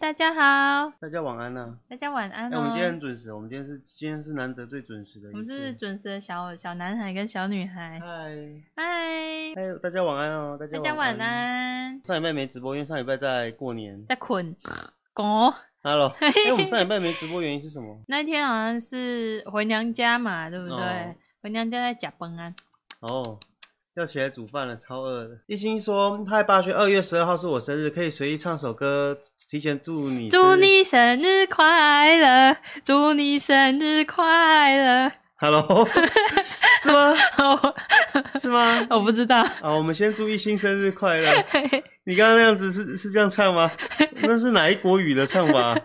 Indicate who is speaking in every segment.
Speaker 1: 大家好，
Speaker 2: 大家晚安呐、
Speaker 1: 大家晚安
Speaker 2: 哎、
Speaker 1: 哦。
Speaker 2: 我们今天很准时，我们今天是今天是难得最准时的一次。
Speaker 1: 我们是准时的小小男孩跟小女孩。
Speaker 2: 嗨
Speaker 1: 嗨，
Speaker 2: 嗨，大家晚安哦，大家
Speaker 1: 大家晚
Speaker 2: 晚。
Speaker 1: 安。
Speaker 2: 上礼拜没直播，因为上礼拜在过年。
Speaker 1: 在捆狗，
Speaker 2: Hello，哎、我们上礼拜没直播原因是什么？
Speaker 1: 那一天好像是回娘家嘛，对不对？
Speaker 2: 哦
Speaker 1: 回娘家在假崩啊。
Speaker 2: 哦，要起来煮饭了，超饿的。一心说，嗨，霸轩，二月十二号是我生日，可以随意唱首歌，提前祝你生日。
Speaker 1: 祝你生日快乐，祝你生日快乐。
Speaker 2: Hello，是吗？
Speaker 1: 我
Speaker 2: 是吗？
Speaker 1: 我不知道，
Speaker 2: 啊，我们先祝一心生日快 乐。你刚刚那样子是是这样唱吗？那是哪一国语的唱法？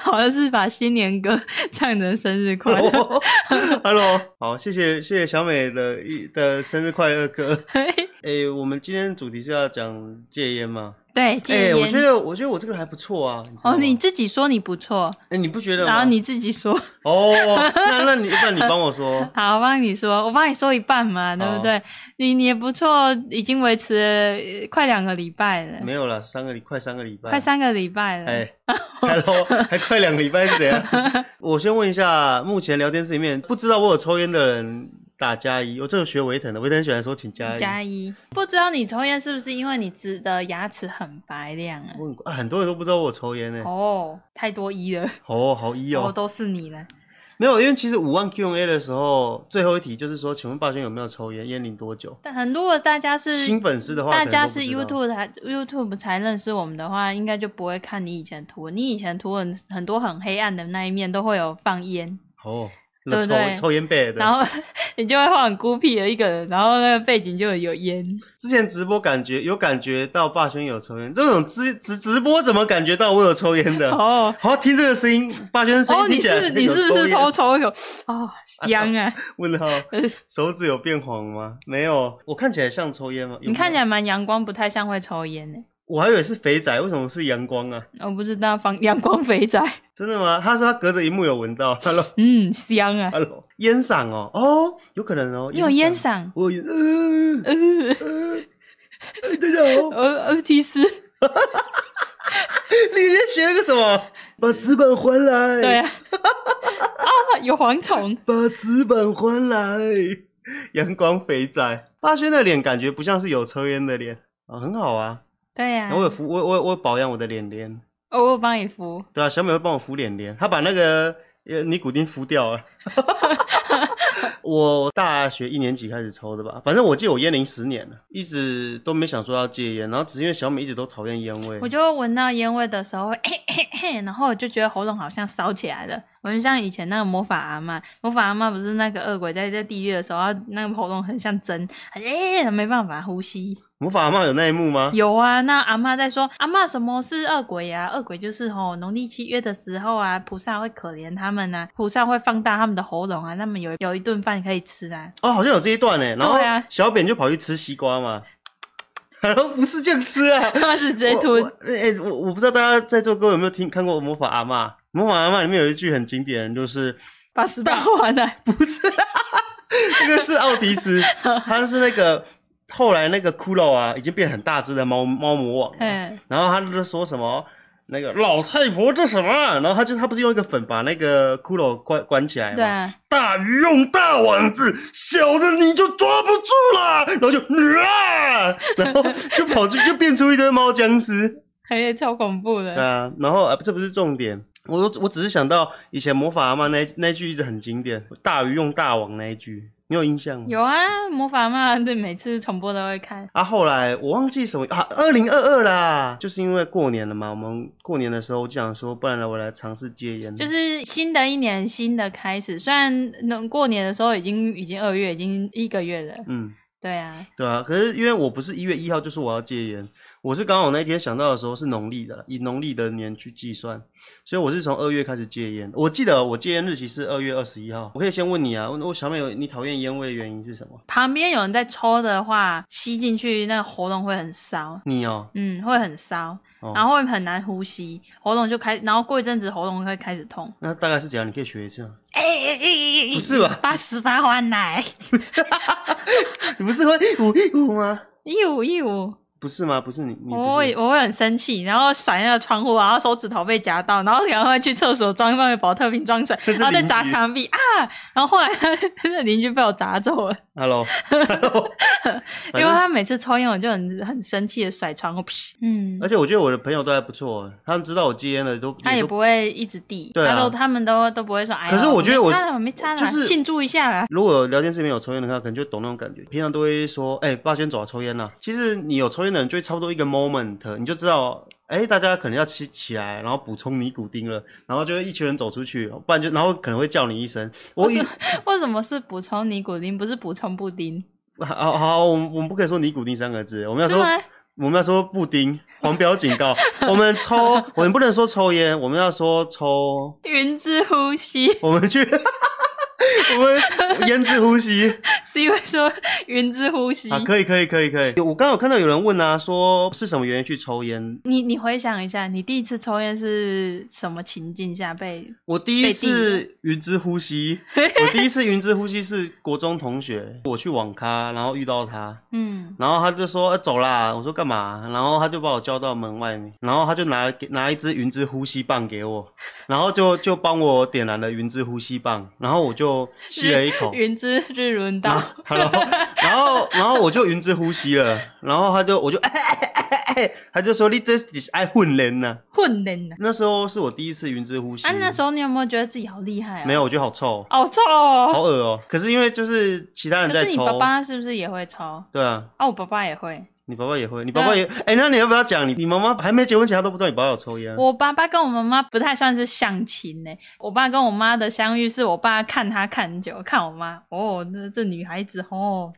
Speaker 1: 好像是把新年歌 唱成生日快乐。
Speaker 2: 哦 Hello，好，谢谢谢谢小美的一的生日快乐 歌。诶，我们今天主题是要讲戒烟吗？
Speaker 1: 对，
Speaker 2: 诶，
Speaker 1: 戒
Speaker 2: 哎我
Speaker 1: 烟
Speaker 2: 觉。得我觉得我这个还不错啊。知道
Speaker 1: 哦，
Speaker 2: 吗
Speaker 1: 你自己说你不错，
Speaker 2: 诶你不觉得吗？
Speaker 1: 然后你自己说，，
Speaker 2: 哦，那那你那你帮我说
Speaker 1: 好，我帮你说，我帮你说一半嘛，对不对？你你也不错，已经维持了呃快两个礼拜了，
Speaker 2: 没有了，三个礼快三个礼拜，
Speaker 1: 快三个礼拜了。
Speaker 2: 哎 ，Hello，还快两个礼拜是怎样？我先问一下，目前聊天室里面不知道我有抽烟的人打加一，我哦这种学维腾的，维腾喜欢说请加一。
Speaker 1: 加一，不知道你抽烟是不是因为你自的牙齿很白亮啊？
Speaker 2: 问过啊，很多人都不知道我有抽烟呢、
Speaker 1: 哦，太多一了，
Speaker 2: 哦，好一哦
Speaker 1: 哦，，都是你了。
Speaker 2: 没有，因为其实五万 Q&A 的时候，最后一题就是说，请问霸轩有没有抽烟？烟龄多久？
Speaker 1: 但很如果大家是
Speaker 2: 新粉丝的话，
Speaker 1: 大家
Speaker 2: 可
Speaker 1: 是
Speaker 2: 能都不知
Speaker 1: YouTube
Speaker 2: 道
Speaker 1: 才 YouTube 才认识我们的话，应该就不会看你以前图文，你以前图文很多很黑暗的那一面都会有放烟。
Speaker 2: 哦，
Speaker 1: 对
Speaker 2: 那
Speaker 1: 不
Speaker 2: 抽
Speaker 1: 对
Speaker 2: 抽烟背
Speaker 1: 然
Speaker 2: 的。
Speaker 1: 后 你就会画很孤僻的一个人，然后那个背景就有烟，
Speaker 2: 之前直播感觉有感觉到霸轩有抽烟，这种直直直播怎么感觉到我有抽烟的？
Speaker 1: 哦
Speaker 2: 好听这个声音，霸轩的声
Speaker 1: 哦，
Speaker 2: 音
Speaker 1: 你
Speaker 2: 听起来
Speaker 1: 是不是你是不
Speaker 2: 有抽
Speaker 1: 是
Speaker 2: 烟
Speaker 1: 偷抽一口？ 哦，香啊！
Speaker 2: 问号，手指有变黄吗？没有，我看起来像抽烟吗？有吗
Speaker 1: 你看起来蛮阳光，不太像会抽烟呢。
Speaker 2: 我还以为是肥仔，为什么是阳光啊？
Speaker 1: 我不知道，防 阳光肥仔，
Speaker 2: 真的吗？他说他隔着荧幕有闻到，Hello
Speaker 1: 嗯，香啊！
Speaker 2: Hello，烟嗓哦，哦，有可能哦，
Speaker 1: 你有烟
Speaker 2: 嗓。
Speaker 1: 嗓，
Speaker 2: 我有呃
Speaker 1: 呃
Speaker 2: 呃，呃大家好，
Speaker 1: 呃呃，提斯，
Speaker 2: 你在学那个什么？把石板还来，
Speaker 1: 对，啊， 啊，有蝗虫，
Speaker 2: 把石板还来。阳光肥仔，阿轩的脸感觉不像是有抽烟的脸啊、很好啊。
Speaker 1: 对呀，
Speaker 2: 我有敷，我我我有保养我的脸脸，
Speaker 1: 哦我有帮你扶，
Speaker 2: 对啊，小美会帮我敷脸脸，她把那个呃尼古丁敷掉 了。我大学一年级开始抽的吧，反正我记得我烟龄十年了，一直都没想说要戒烟，然后只是因为小美一直都讨厌烟味
Speaker 1: 我。就闻到烟味的时候，嘿嘿嘿，然后我就觉得喉咙好像烧起来了。我就像以前那个魔法阿嬷，魔法阿嬷不是那个恶鬼在在地狱的时候，她那个喉咙很像针，哎、没办法呼吸。
Speaker 2: 魔法阿嬷有那一幕 吗？
Speaker 1: 有啊，那阿嬷在说，阿嬷什么是恶鬼呀、恶鬼就是吼、农历七月的时候啊，菩萨会可怜他们啊，菩萨会放大他们的喉咙啊，他们有有一顿饭可以吃啊。
Speaker 2: 哦，好像有这一段呢。然后
Speaker 1: 对啊
Speaker 2: 小扁就跑去吃西瓜嘛， 然后不是这样吃啊。
Speaker 1: 他是直接
Speaker 2: 我
Speaker 1: 吐
Speaker 2: 我哎、我我不知道大家在座各位有没有听看过《魔法阿嬷》？《魔法阿嬷》里面有一句很经典，就是
Speaker 1: 把食道还来，
Speaker 2: 不是，那个是奥 迪斯，他是那个后来那个骷髅啊，已经变很大只的猫猫魔王了
Speaker 1: 嗯，
Speaker 2: 然后他就说什么那个老太婆这什么啊？然后他就他不是用一个粉把那个骷髅关关起来 吗？
Speaker 1: 对啊，
Speaker 2: 大鱼用大网子，小的你就抓不住啦，然后就啊， 然后就跑出就变出一堆猫僵 尸。
Speaker 1: 嘿，超恐怖
Speaker 2: 对
Speaker 1: 的。
Speaker 2: 啊，然后啊，这不是重点，我我只是想到以前魔法阿妈那一那一句一直很经典，大鱼用大网那一句，你有印象吗？
Speaker 1: 有啊，魔法阿嬷对每次重播都会看。
Speaker 2: 啊，后来我忘记什么啊，二零二二啦，就是因为过年了嘛，我们过年的时候我就想说，不然我来尝试戒烟，
Speaker 1: 就是新的一年新的开始，虽然能过年的时候已经已经二月，已经一个月了，
Speaker 2: 嗯。
Speaker 1: 对啊，
Speaker 2: 对啊，可是因为我不是一月一号就说我要戒烟，我是刚好那一天想到的时候是农历的，以农历的年去计算，所以我是从二月开始戒烟。我记得我戒烟日期是二月二十一号。我可以先问你啊，我小美，你讨厌烟味的原因是什么？
Speaker 1: 旁边有人在抽的话，吸进去那个喉咙会很烧，
Speaker 2: 你哦，
Speaker 1: 嗯，会很烧，
Speaker 2: 哦
Speaker 1: 然后会很难呼吸，喉咙就开，然后过一阵子喉咙会开始痛。
Speaker 2: 那大概是怎样？你可以学一次啊。
Speaker 1: 哎哎哎哎哎，
Speaker 2: 不是吧？
Speaker 1: 八十八换来，
Speaker 2: 你不是会呜一呜吗？
Speaker 1: 一五一五，
Speaker 2: 不是吗？不是你，你
Speaker 1: 我
Speaker 2: 不
Speaker 1: 会
Speaker 2: 是
Speaker 1: 我会很生气，然后甩那个窗户，然后手指头被夹到，然后赶快去厕所装那个保特瓶装水，
Speaker 2: 这是
Speaker 1: 然后再
Speaker 2: 邻
Speaker 1: 砸
Speaker 2: 居
Speaker 1: 墙壁啊！然后后来 那邻居被我砸走了，
Speaker 2: ？Hello，
Speaker 1: 因为他每次抽烟我就很很生气的甩窗户，噗嗯
Speaker 2: 而，且我觉得我的朋友都还不错，哦他们知道我戒烟了都
Speaker 1: 他也
Speaker 2: 都
Speaker 1: 不会一直递，
Speaker 2: 对啊
Speaker 1: 他都他们都都不会说，哎呀，
Speaker 2: 可是我觉得我
Speaker 1: 没擦了，我没擦了，
Speaker 2: 就是
Speaker 1: 庆祝一下啦。
Speaker 2: 如果聊天室里面有抽烟的，他可能就懂那种感觉。平常都会说：“哎、霸轩走啊，抽烟啦、其实你有抽烟的人，就会差不多一个 moment，你就知道，哎、大家可能要起起来，然后补充尼古丁了，然后就会一群人走出去，不然就然后可能会叫你一声。我
Speaker 1: 哦
Speaker 2: 以
Speaker 1: 为什么是补充尼古丁，不是补充布丁？
Speaker 2: 好好，我们我们不可以说尼古丁三个字，我们要
Speaker 1: 是
Speaker 2: 说
Speaker 1: 吗？
Speaker 2: 我们要说布丁。黄标 警告，我们抽，我们不能说抽烟，我们要说抽，
Speaker 1: 云之呼吸
Speaker 2: 我们去， 我们腌制呼吸。
Speaker 1: 是因为说云之呼吸。
Speaker 2: 啊，可以，可以，可以，可以。我刚刚有看到有人问啊，说是什么原因去抽烟？
Speaker 1: 你你回想一下，你第一次抽烟是什么情境下被？
Speaker 2: 我第一次云之呼吸，我第一次云之呼吸是国中同学，我去网咖，然后遇到他，
Speaker 1: 嗯，
Speaker 2: 然后他就说、呃、走啦，我说干嘛？然后他就把我叫到门外面，然后他就拿给拿一支云之呼吸棒给我，然后就就帮我点燃了云之呼吸棒，然后我就吸了一 口，
Speaker 1: 云之日轮刀，
Speaker 2: 然后，然后，然后我就云之呼吸了，然后他就，我就，哎哎哎哎哎，他就说你这是爱混人呐、
Speaker 1: 混人呐、
Speaker 2: 那时候是我第一次云之呼吸，
Speaker 1: 啊！那时候你有没有觉得自己好厉害啊？
Speaker 2: 没，有，我觉得好臭，
Speaker 1: 好臭哦。
Speaker 2: 好恶哦、可是因为就是其他人
Speaker 1: 可
Speaker 2: 在
Speaker 1: 是你
Speaker 2: 抽，
Speaker 1: 爸爸是不是也会抽？啊，
Speaker 2: 对啊，
Speaker 1: 我爸爸也会。
Speaker 2: 你爸爸也会，你
Speaker 1: 对
Speaker 2: 爸
Speaker 1: 啊
Speaker 2: 爸也，哎、那你要不要讲你你妈妈还没结婚前，她都不知道你爸爸有抽烟啊？
Speaker 1: 我爸爸跟我妈妈不太算是相亲呢、我爸跟我妈的相遇是我爸看她看很久，看我妈哦，这这女孩子哦，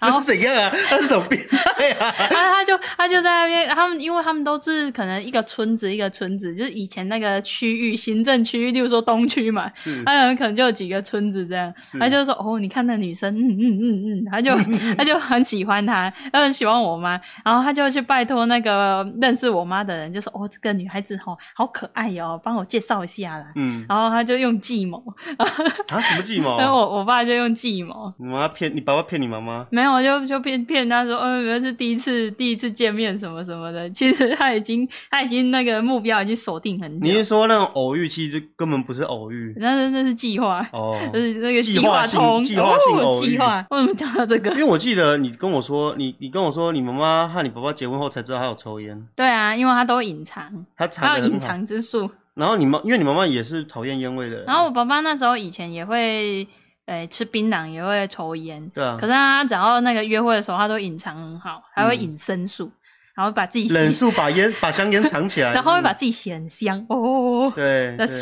Speaker 1: 然
Speaker 2: 那
Speaker 1: 后
Speaker 2: 是怎样啊？他是什么病态 啊？
Speaker 1: 他他就他就在那边，他们因为他们都是可能一个村子一个村子，就是以前那个区域行政区域，例如说东区嘛，
Speaker 2: 是
Speaker 1: 他们可能就有几个村子这样，
Speaker 2: 是
Speaker 1: 他就说哦，你看那女生，嗯嗯嗯嗯，他 就他就很喜欢她，他很喜欢我妈，然后他就去拜托那个认识我妈的人，就说哦，这个女孩子吼、好可爱哟、帮我介绍一下啦。
Speaker 2: 嗯，
Speaker 1: 然后他就用计谋，
Speaker 2: 啊，什么计谋
Speaker 1: 然？后我我爸就用计谋，
Speaker 2: 你妈妈骗你爸爸骗你妈妈？
Speaker 1: 没有，就就骗骗他说，呃，原来是第一次第一次见面什么什么的。其实他已经他已经那个目标已经锁定很
Speaker 2: 你
Speaker 1: 久
Speaker 2: 是，说那种偶遇，其实就根本不是偶遇
Speaker 1: 那是那是计划，
Speaker 2: 哦，
Speaker 1: 就是那个
Speaker 2: 计划
Speaker 1: 划
Speaker 2: 性
Speaker 1: 通
Speaker 2: 计划性
Speaker 1: 哦
Speaker 2: 偶遇
Speaker 1: 计划。为什么讲到这
Speaker 2: 因
Speaker 1: 个？
Speaker 2: 为我记得你跟我说，你你跟我说，你妈妈和你爸爸结婚后才知道他有抽烟，
Speaker 1: 对啊，因为他都隐藏，
Speaker 2: 他
Speaker 1: 他
Speaker 2: 藏
Speaker 1: 有
Speaker 2: 的
Speaker 1: 隐。藏之术。
Speaker 2: 然后你妈，因为你妈妈也是讨厌烟味的人，
Speaker 1: 然后我爸爸那时候以前也会，呃，吃槟榔也会抽烟，
Speaker 2: 对啊
Speaker 1: 可，是他只要那个约会的时候，他都隐藏很好，还
Speaker 2: 嗯
Speaker 1: 会隐身术，然后把自己吸
Speaker 2: 忍，术把烟 把香烟藏起来，
Speaker 1: 然后会
Speaker 2: 就是
Speaker 1: 把自己吸很香哦。
Speaker 2: 对
Speaker 1: 那
Speaker 2: 对。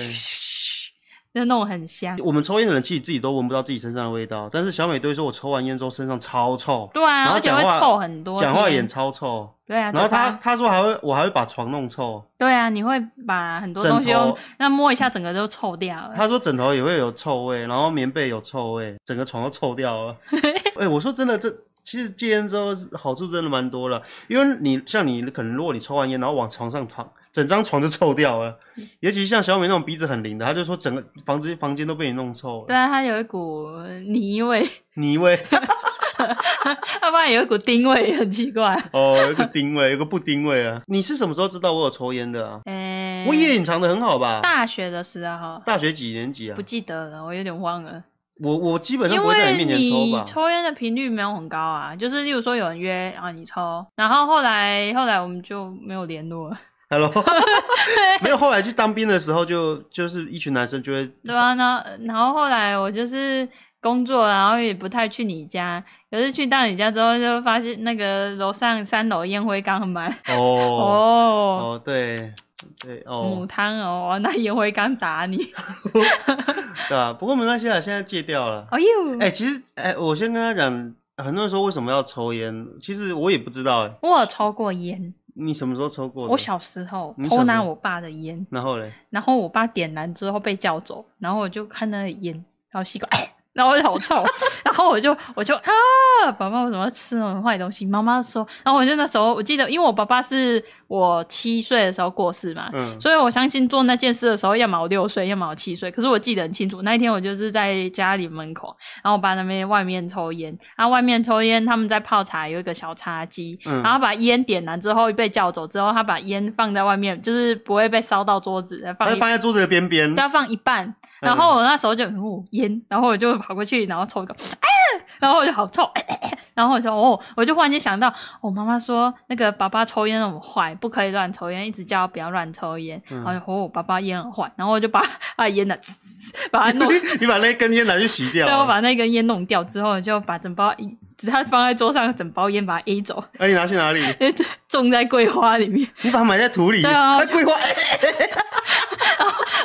Speaker 1: 那弄得很香。
Speaker 2: 我们抽烟的人其实自己都闻不到自己身上的味道，但是小美都会说我抽完烟之后身上超臭，
Speaker 1: 对啊，
Speaker 2: 然后
Speaker 1: 而且
Speaker 2: 讲
Speaker 1: 会
Speaker 2: 话
Speaker 1: 臭很多天。
Speaker 2: 讲话也超臭。
Speaker 1: 对啊，
Speaker 2: 然后
Speaker 1: 嘴巴
Speaker 2: 她她说还会我还会把床弄臭，
Speaker 1: 对啊，你会把很多
Speaker 2: 枕
Speaker 1: 东西
Speaker 2: 头
Speaker 1: 都那摸一下，整个都臭掉了。
Speaker 2: 她说枕头也会有臭味，然后棉被有臭味，整个床都臭 掉了。哎、我说真的，这其实戒烟之后好处真的蛮多了，因为你像你可能如果你抽完烟然后往床上躺，整张床就臭掉了。尤其像小美那种鼻子很灵的，她就说整个房子房间都被你弄臭
Speaker 1: 对
Speaker 2: 了，
Speaker 1: 啊，它有一股泥味，
Speaker 2: 泥味
Speaker 1: 要不然有一股丁味，很奇怪。
Speaker 2: 哦，有个丁味，有个不丁味啊。 你是什么时候知道我有抽烟的啊？
Speaker 1: 诶、
Speaker 2: 我也隐藏的很好吧？
Speaker 1: 嗯大学的时候
Speaker 2: 大学几年级啊
Speaker 1: 不？记得了，我有点忘了，
Speaker 2: 我我基本上
Speaker 1: 因
Speaker 2: 不会在
Speaker 1: 为
Speaker 2: 你面前抽
Speaker 1: 你
Speaker 2: 吧。
Speaker 1: 抽烟的频率没有很高啊，就是例如说有人约啊你抽，然后后来后来我们就没有联络了，
Speaker 2: Hello，没 有。后来去当兵的时候就，就是一群男生就会
Speaker 1: 对啊，那然后后来我就是工作，然后也不太去你家，可是去到你家之后，就发现那个楼上三楼烟灰缸很满
Speaker 2: 哦
Speaker 1: 哦，
Speaker 2: 哦对对
Speaker 1: 母
Speaker 2: 哦哎
Speaker 1: 汤哦，我拿烟灰缸打你，
Speaker 2: 对啊，不过没关系啊，现在戒掉了。
Speaker 1: 哦呦，
Speaker 2: 哎、其实哎、我先跟他讲，很多人说为什么要抽烟，其实我也不知道哎、
Speaker 1: 我有抽过烟，
Speaker 2: 你什么时候抽过的？
Speaker 1: 我小时候
Speaker 2: 你小时
Speaker 1: 偷
Speaker 2: 候
Speaker 1: 拿我爸的烟，
Speaker 2: 然后嘞，
Speaker 1: 然后我爸点燃之后被叫走，然后我就看那个烟，然后吸管， 然后我就好臭， 然后我就我就啊，爸爸为什么要吃那种坏东西？妈妈说，然后我就那时候我记得，因为我爸爸是我七岁的时候过世嘛，
Speaker 2: 嗯，
Speaker 1: 所以我相信做那件事的时候，要么我六岁，要么我七岁。可是我记得很清楚，那一天我就是在家里门口，然后我爸那边外面抽烟，然后外面抽烟，他们在泡茶，有一个小茶几，
Speaker 2: 嗯
Speaker 1: 然后把烟点燃之后被叫走之后，他把烟放在外面，就是不会被烧到桌子，
Speaker 2: 他
Speaker 1: 放
Speaker 2: 就
Speaker 1: 一
Speaker 2: 放在桌子的边边，
Speaker 1: 要 放一半，然后我那时候就哦烟，然后我就跑过去，然后抽一口，哎呀，然后我就好臭， 哎哎哎然后我就哦，我就忽然间想到，我、妈妈说那个爸爸抽烟很坏，不可以乱抽烟，一直叫我不要乱抽烟，
Speaker 2: 嗯
Speaker 1: 然后就哦爸爸烟很坏，然后我就把把烟的 把 它弄，
Speaker 2: 你把那根烟拿去洗掉
Speaker 1: 对我
Speaker 2: 啊，
Speaker 1: 把那根烟弄掉之后，就把整包只他放在桌上，整包烟把它 A 走，
Speaker 2: 哎，你拿去哪里？
Speaker 1: 种在桂花里面。
Speaker 2: 你把它埋在土里，
Speaker 1: 对啊
Speaker 2: 哎桂花， 哎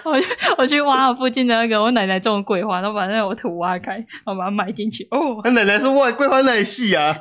Speaker 1: 我去我去挖我附近的那个我奶奶种的桂花，然后把那个我土挖开，然后把它埋进去。哦，
Speaker 2: 那奶奶说哇，桂花那里细 啊，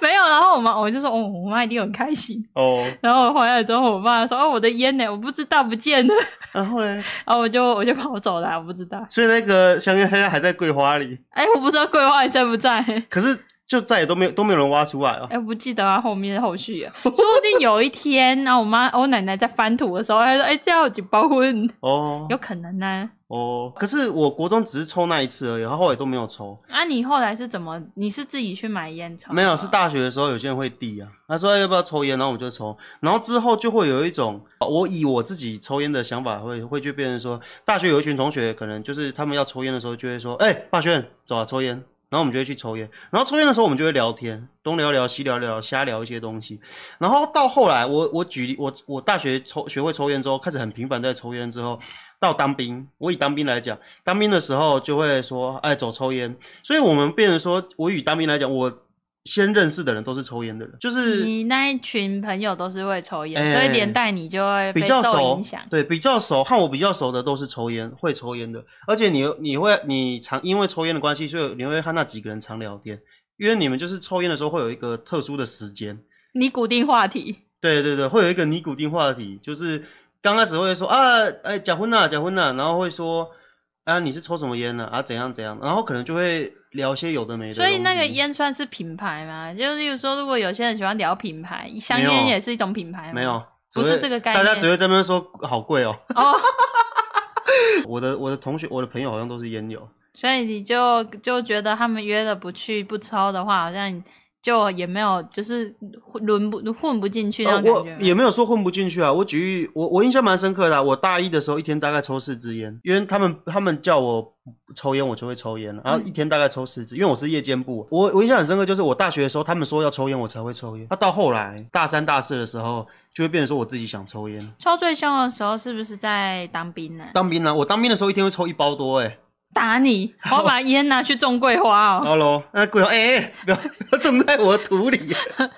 Speaker 1: 没有，然后我妈我就说，哦，我妈一定很开心。
Speaker 2: 哦，
Speaker 1: 然后我回来之后，我爸说，哦，我的烟呢？我不知道不见了。
Speaker 2: 然后呢，
Speaker 1: 然后我就我就跑走了，我不知道。
Speaker 2: 所以那个香烟现在还在桂花里，
Speaker 1: 哎，我不知道桂花还在不在。
Speaker 2: 可是就再也都没有都没有人挖出来哦。
Speaker 1: 哎，不记得啊，后面后续了，说不定有一天，然后我妈我奶奶在翻土的时候，她说，哎，这样有几包烟，
Speaker 2: 哦
Speaker 1: 有可能啊呢、
Speaker 2: 哦，可是我国中只是抽那一次而已，然后后来都没有抽。
Speaker 1: 啊。你后来是怎么？你是自己去买烟抽？啊
Speaker 2: 没有，是。大学的时候有些人会递啊，他说、哎要不要抽烟，然后我就抽，然后之后就会有一种，我以我自己抽烟的想法会会就变成说，大学有一群同学可能就是他们要抽烟的时候就会说，哎、霸轩，走啊，抽烟。然后我们就会去抽烟，然后抽烟的时候我们就会聊天，东聊聊西聊聊，瞎聊一些东西。然后到后来，我我举例，我我大学抽学会抽烟之后，开始很频繁在抽烟之后，到当兵，我以当兵来讲，当兵的时候就会说，哎，走抽烟。所以我们变成说，我以当兵来讲，我先认识的人都是抽烟的人，就是
Speaker 1: 你那一群朋友都是会抽烟，
Speaker 2: 哎
Speaker 1: 所以连带你就会
Speaker 2: 比
Speaker 1: 被
Speaker 2: 较
Speaker 1: 受
Speaker 2: 熟
Speaker 1: 影响。，
Speaker 2: 对，比较熟和我比较熟的都是抽烟会抽烟的，而且你你会你常因为抽烟的关系，所以你会和那几个人常聊天，因为你们就是抽烟的时候会有一个特殊的时间，
Speaker 1: 你固定话题，
Speaker 2: 对对对，会有一个尼古丁话题，就是刚开始会说啊，哎，假婚呐，假婚呐，然后会说啊，你是抽什么烟呢、啊？怎样怎样，然后可能就会聊些有的没的东
Speaker 1: 所
Speaker 2: 西，
Speaker 1: 以那个烟算是品牌吗？就是例如说，如果有些人喜欢聊品牌，香
Speaker 2: 没
Speaker 1: 烟
Speaker 2: 有
Speaker 1: 也是一种品牌吗
Speaker 2: 没有。只
Speaker 1: 不是
Speaker 2: 会
Speaker 1: 这个概
Speaker 2: 大家
Speaker 1: 念
Speaker 2: 只会在那边说好贵哦。
Speaker 1: 哦，
Speaker 2: 我的我的同学，我的朋友好像都是烟友，
Speaker 1: 所以你就就觉得他们约了不去不抽的话，好像就也没有就是轮不混不进去那
Speaker 2: 呃，
Speaker 1: 种
Speaker 2: 我
Speaker 1: 感觉
Speaker 2: 也
Speaker 1: 吗。
Speaker 2: 没有说混不进去啊。我举例，我我印象蛮深刻的啊、我大一的时候，一天大概抽四支烟，因为他们他们叫我抽烟，我就会抽烟了。然后
Speaker 1: 嗯
Speaker 2: 一天大概抽四支，因为我是夜间部。我我印象很深刻，就是我大学的时候，他们说要抽烟，我才会抽烟。那、到后来大三大四的时候，就会变成说我自己想抽烟。
Speaker 1: 抽最凶的时候是不是在当兵呢？
Speaker 2: 当兵呢、我当兵的时候一天会抽一包多哎、欸。
Speaker 1: 打你！我把烟拿去种桂花哦。
Speaker 2: Hello，那鬼友哎哎，不要 不要种在我的土里。啊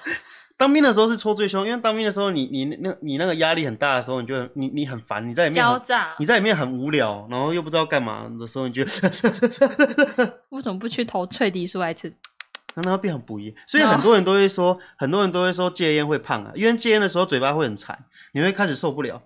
Speaker 2: 当兵的时候是抽最凶，因为当兵的时候你你那你那个压力很大的时候，你就很你你很烦，你在里面
Speaker 1: 焦
Speaker 2: 很
Speaker 1: 躁，
Speaker 2: 你在里面很无聊，然后又不知道干嘛的时候，你觉得
Speaker 1: 为什么不去投脆皮酥来吃？
Speaker 2: 让它变很不一样。所以很多人都会说，很多人都会说戒烟会胖啊，因为戒烟的时候嘴巴会很馋，你会开始受不了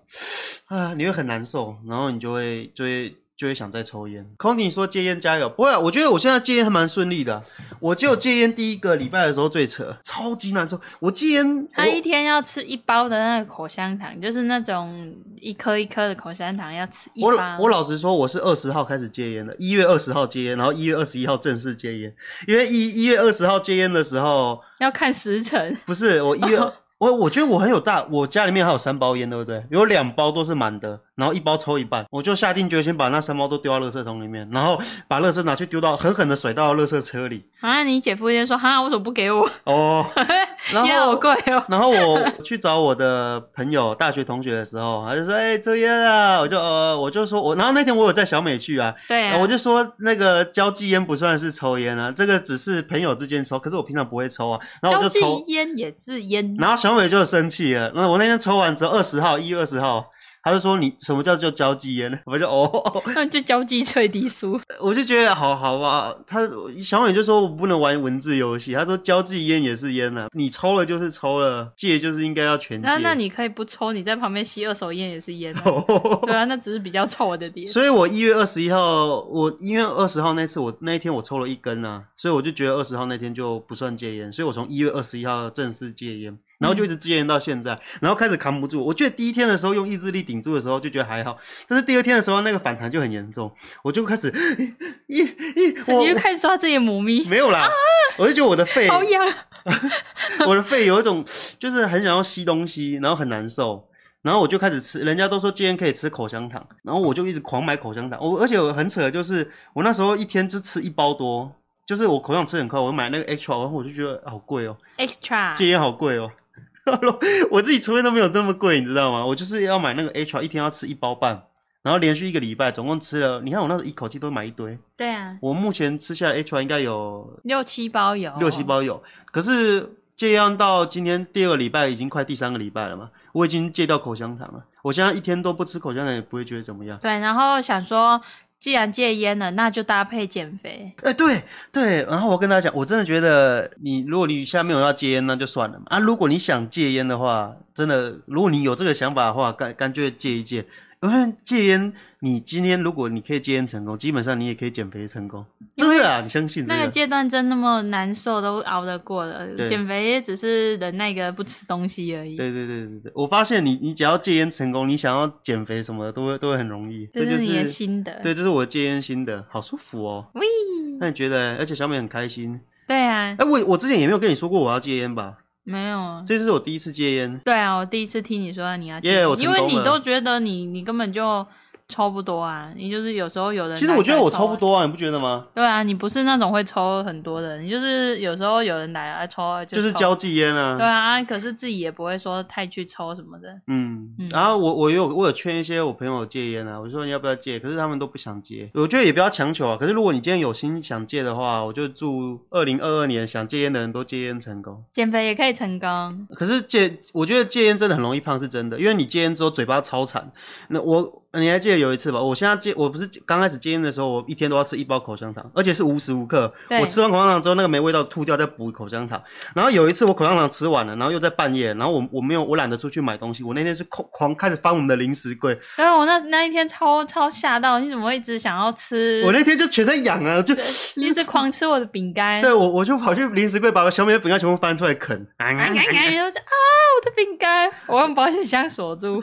Speaker 2: 啊，你会很难受，然后你就会就会就会想再抽烟。空你说戒烟加油，不会、啊，我觉得我现在戒烟还蛮顺利的啊、我就戒烟第一个礼拜的时候最扯，超级难受。我戒烟，
Speaker 1: 他一
Speaker 2: 我
Speaker 1: 天要吃一包的那个口香糖，就是那种一颗一颗的口香糖，要吃一
Speaker 2: 我
Speaker 1: 包
Speaker 2: 老。我老实说，我是二十号开始戒烟的，一月二十号戒烟，然后一月二十一号正式戒烟。因为一一月二十号戒烟的时候，
Speaker 1: 要看时辰，
Speaker 2: 不是我一月，
Speaker 1: 哦
Speaker 2: 我我觉得我很有大，我家里面还有三包烟，对不对？有两包都是满的，然后一包抽一半，我就下定决心把那三包都丢到垃圾桶里面，然后把垃圾拿去丢到狠狠的甩到垃圾车里。
Speaker 1: 啊，你姐夫就说哈，为什么不给我？
Speaker 2: 哦， 然
Speaker 1: 烟好
Speaker 2: 后。
Speaker 1: 贵 哦。
Speaker 2: 然后我去找我的朋友，大学同学的时候，他就说：“哎、抽烟啊！”我就呃，我就说我，然后那天我有在小美去啊，
Speaker 1: 对啊，
Speaker 2: 我就说那个交际烟不算是抽烟啊，这个只是朋友之间抽，可是我平常不会抽啊，然后我
Speaker 1: 交
Speaker 2: 就
Speaker 1: 际
Speaker 2: 抽，
Speaker 1: 烟也是烟，
Speaker 2: 然后小美就生气了。那我那天抽完之后，二十号一月二十号，他就说你什么叫做交际烟呢？我就哦，
Speaker 1: 那就交际最低俗。
Speaker 2: 我就觉得好好啊。他小美就说我不能玩文字游戏，他说交际烟也是烟啊，你抽了就是抽了，戒就是应该要全戒。
Speaker 1: 那那你可以不抽，你在旁边吸二手烟也是烟、 啊。对啊，那只是比较臭的点。
Speaker 2: 所以我一月二十一号，我一月二十号那次我那一天我抽了一根啊，所以我就觉得二十号那天就不算戒烟，所以我从一月二十一号正式戒烟，然后就一直戒烟到现在，然后开始扛不住。我觉得第一天的时候用意志力顶住的时候就觉得还好，但是第二天的时候那个反弹就很严重，我就开始 一一我
Speaker 1: 你就开始抓自己的母咪，
Speaker 2: 没有啦，我就觉得我的肺
Speaker 1: 好痒。
Speaker 2: 我的肺有一种就是很想要吸东西，然后很难受，然后我就开始吃。人家都说戒烟可以吃口香糖，然后我就一直狂买口香糖。我而且我很扯，就是我那时候一天就吃一包多，就是我口香糖吃很快，我买那个 extra，然后我就觉得好贵哦、戒
Speaker 1: Extra，
Speaker 2: 烟好贵哦、 我自己抽烟都没有这么贵，你知道吗？我就是要买那个 extra，一天要吃一包半。然后连续一个礼拜，总共吃了，你看我那时候一口气都买一堆。
Speaker 1: 对啊，
Speaker 2: 我目前吃下来 H R 应该有
Speaker 1: 六七包有，
Speaker 2: 六七，包有，可是戒烟到今天第二个礼拜，已经快第三个礼拜了嘛，我已经戒掉口香糖了。我现在一天都不吃口香糖，也不会觉得怎么样。
Speaker 1: 对，然后想说，既然戒烟了，那就搭配减肥。
Speaker 2: 哎、对对，然后我跟大家讲，我真的觉得你，如果你现在没有要戒烟，那就算了嘛。啊，如果你想戒烟的话，真的，如果你有这个想法的话，干干脆戒一戒。因为戒烟，你今天如果你可以戒烟成功，基本上你也可以减肥成功，真的啊，你相信这
Speaker 1: 那个阶段真那么难受，都熬得过了。
Speaker 2: 对
Speaker 1: 减肥也只是忍耐个不吃东西而已。
Speaker 2: 对对对对对，我发现你你只要戒烟成功，你想要减肥什么的都会都会很容易。
Speaker 1: 这
Speaker 2: 就是
Speaker 1: 你的心得。
Speaker 2: 对，这是我戒烟心得，好舒服哦。
Speaker 1: 喂，
Speaker 2: 那你觉得？而且小美很开心。
Speaker 1: 对啊，
Speaker 2: 哎、我我之前也没有跟你说过我要戒烟吧？
Speaker 1: 没有。
Speaker 2: 这次是我第一次戒烟。
Speaker 1: 对啊，我第一次听你说你要戒
Speaker 2: Yeah，我成
Speaker 1: 因为
Speaker 2: 功
Speaker 1: 你
Speaker 2: 了
Speaker 1: 都觉得你你根本就抽不多啊，你就是有时候有人
Speaker 2: 其实我觉得我抽
Speaker 1: 抽
Speaker 2: 不。多啊，你不觉得吗？
Speaker 1: 对啊，你不是那种会抽很多的，你就是有时候有人来啊抽就
Speaker 2: 就是
Speaker 1: 抽
Speaker 2: 交际烟啊。
Speaker 1: 对啊，可是自己也不会说太去抽什么的。
Speaker 2: 嗯
Speaker 1: 嗯，
Speaker 2: 然后我我有我有劝一些我朋友戒烟啊，我就说你要不要戒，可是他们都不想戒。我觉得也不要强求啊。可是如果你今天有心想戒的话，我就祝二零二二年想戒烟的人都戒烟成功。
Speaker 1: 减肥也可以成功，
Speaker 2: 可是戒，我觉得戒烟真的很容易胖，是真的，因为你戒烟之后嘴巴超馋。那我你还记得有一次吧？我现在戒，我不是刚开始戒烟的时候，我一天都要吃一包口香糖，而且是无时无刻。
Speaker 1: 对
Speaker 2: 我吃完口香糖之后，那个没味道吐掉，再补口香糖。然后有一次我口香糖吃完了，然后又在半夜，然后我我没有我懒得出去买东西，我那天是狂狂开始翻我们的零食柜，
Speaker 1: 然啊后我那那一天超超吓到，你怎么会一直想要吃？
Speaker 2: 我那天就全身痒啊，就
Speaker 1: 一直狂吃我的饼干，
Speaker 2: 对我我就跑去零食柜把我小美的饼干全部翻出来啃。
Speaker 1: 哎呀呀，然后就啊，我的饼干，我用保险箱锁住。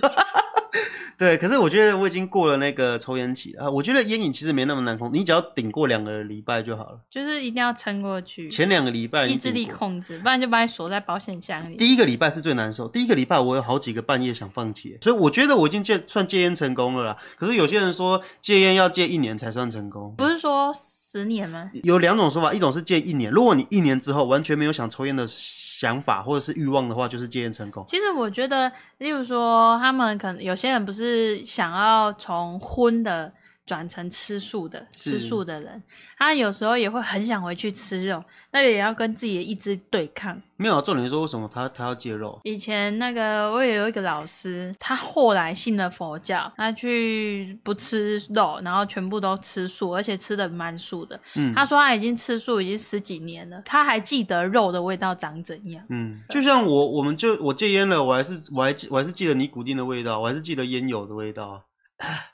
Speaker 2: 对，可是我觉得我已经过了那个抽烟期了啊。我觉得烟瘾其实没那么难控，你只要顶过两个礼拜就好了。
Speaker 1: 就是一定要撑过去，
Speaker 2: 前两个礼拜你
Speaker 1: 意志力
Speaker 2: 顶过
Speaker 1: 控制，不然就把你锁在保险箱里。
Speaker 2: 第一个礼拜是最难受，第一个礼拜我有好几个半夜想放弃，所以我觉得我已经戒算戒烟成功了啦。可是有些人说戒烟要戒一年才算成功，
Speaker 1: 不是说十年吗？
Speaker 2: 有两种说法，一种是戒一年，如果你一年之后完全没有想抽烟的想法或者是欲望的话，就是戒烟成功。
Speaker 1: 其实我觉得，例如说，他们可能有些人不是想要从荤的转成吃素的，吃
Speaker 2: 是
Speaker 1: 素的人，他有时候也会很想回去吃肉，那也要跟自己的意志对抗。
Speaker 2: 没有啊，重点是说为什么他他要戒肉？
Speaker 1: 以前那个我也有一个老师，他后来信了佛教，他去不吃肉，然后全部都吃素，而且吃的蛮素的。
Speaker 2: 嗯
Speaker 1: 他说他已经吃素已经十几年了，他还记得肉的味道长怎样。
Speaker 2: 嗯，就像我，我们就我戒烟了，我还是我还记我还是记得尼古丁的味道，我还是记得烟油的味道啊。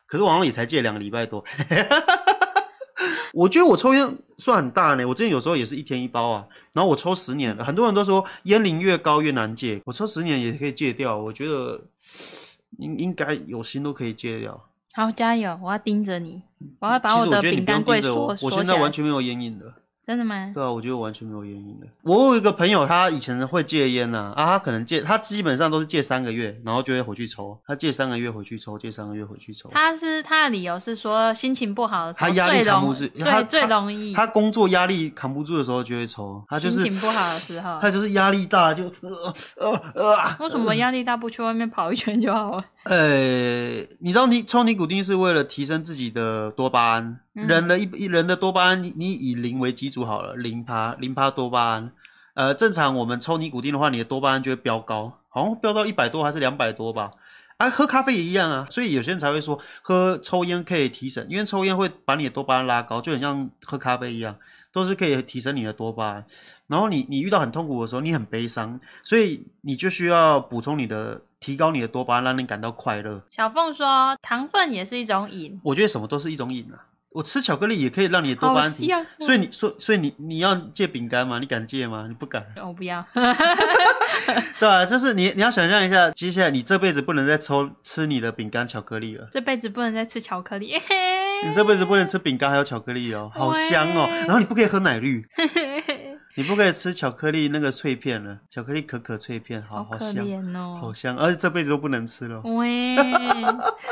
Speaker 2: 可是我好像也才戒两个礼拜多。 我觉得我抽烟算很大呢，我之前有时候也是一天一包啊，然后我抽十年，很多人都说烟龄越高越难戒，我抽十年也可以戒掉，我觉得应应该有心都可以戒掉。
Speaker 1: 好，加油！我要盯着你，我要把
Speaker 2: 嗯其实
Speaker 1: 的
Speaker 2: 觉得你
Speaker 1: 饼
Speaker 2: 不
Speaker 1: 干
Speaker 2: 用
Speaker 1: 柜
Speaker 2: 盯着
Speaker 1: 锁
Speaker 2: 我，我
Speaker 1: 锁
Speaker 2: 现
Speaker 1: 起
Speaker 2: 在
Speaker 1: 来。
Speaker 2: 完全没有烟瘾了。
Speaker 1: 真的吗？
Speaker 2: 对啊，我觉得完全没有原因的。我有一个朋友，他以前会戒烟呐、啊，他可能戒，他基本上都是戒三个月，然后就会回去抽。他戒三个月回去抽，戒三个月回去抽。
Speaker 1: 他是他的理由是说心情不好的时候
Speaker 2: 他压力
Speaker 1: 最
Speaker 2: 扛
Speaker 1: 容
Speaker 2: 不住他
Speaker 1: 对最容易，
Speaker 2: 他工作压力扛不住的时候就会抽，他就
Speaker 1: 心
Speaker 2: 是
Speaker 1: 情不好的时候
Speaker 2: 他就是压力大就呃呃呃啊。
Speaker 1: 为什么压力大不去外面跑一圈就好了？
Speaker 2: 呃，你知道你抽尼古丁是为了提升自己的多巴胺，
Speaker 1: 嗯
Speaker 2: 人的一一人的多巴胺，你你以零为基础好了，零趴零趴多巴胺。呃，正常我们抽尼古丁的话，你的多巴胺就会飙高，好像飙到一百多还是两百多吧。啊，喝咖啡也一样啊，所以有些人才会说喝抽烟可以提神，因为抽烟会把你的多巴胺拉高，就很像喝咖啡一样，都是可以提升你的多巴胺。然后你你遇到很痛苦的时候，你很悲伤，所以你就需要补充你的，提高你的多巴胺，让你感到快乐。
Speaker 1: 小凤说，糖分也是一种瘾，
Speaker 2: 我觉得什么都是一种瘾啊。我吃巧克力也可以让你的多
Speaker 1: 好
Speaker 2: 巴胺提，
Speaker 1: 香哦。
Speaker 2: 所以你所所以你你要戒饼干吗？你敢戒吗？你不敢。
Speaker 1: 我哦不要，
Speaker 2: 对啊，就是你你要想象一下，接下来你这辈子不能再抽吃你的饼干巧克力了。
Speaker 1: 这辈子不能再吃巧克力。嘿嘿
Speaker 2: 你这辈子不能吃饼干还有巧克力哦，好香哦！
Speaker 1: 喂
Speaker 2: 然后你不可以喝奶绿， 你不可以吃巧克力那个脆片了，巧克力可可脆片，好
Speaker 1: 好
Speaker 2: 好
Speaker 1: 可
Speaker 2: 香，
Speaker 1: 怜
Speaker 2: 好
Speaker 1: 哦。
Speaker 2: 香，而且这辈子都不能吃了。哦
Speaker 1: 喂，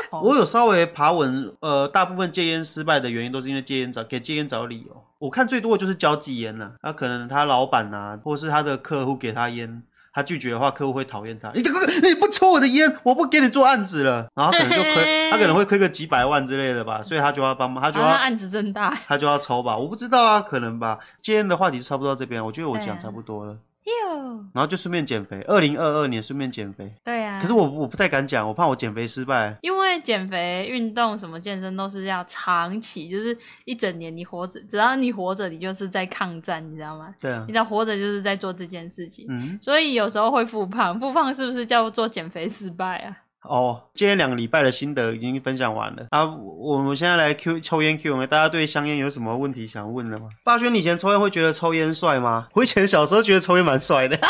Speaker 1: 哦
Speaker 2: 我有稍微爬文，呃，大部分戒烟失败的原因都是因为戒烟找给戒烟找理由。我看最多的就是交际烟呐、啊，可能他老板呐、或是他的客户给他烟，他拒绝的话，客户会讨厌他。你这个你不抽我的烟，我不给你做案子了。然后他可能就 亏，他可能会亏个几百万之类的吧，所以他就要帮，他就
Speaker 1: 啊那
Speaker 2: 要、
Speaker 1: 案子真大。
Speaker 2: 他就要抽吧，我不知道啊，可能吧。今天的话题就差不多到这边，我觉得我
Speaker 1: 对啊
Speaker 2: 讲差不多了，
Speaker 1: 哟，
Speaker 2: 然后就顺便减肥，二零二二年顺便减肥。
Speaker 1: 对啊。
Speaker 2: 可是我我不太敢讲，我怕我减肥失败。
Speaker 1: 因为减肥、运动、什么健身都是要长期，就是一整年你活着，只要你活着，你就是在抗战，你知道吗？
Speaker 2: 对啊
Speaker 1: 你，只要活着就是在做这件事情，
Speaker 2: 嗯，
Speaker 1: 所以有时候会复胖，复胖是不是叫做减肥失败啊？
Speaker 2: 哦，今天两个礼拜的心得已经分享完了啊。我我们现在来 Q 抽烟 Q 们，大家对香烟有什么问题想问的吗？霸轩，你以前抽烟会觉得抽烟帅吗？ 我以前小时候觉得抽烟蛮帅的。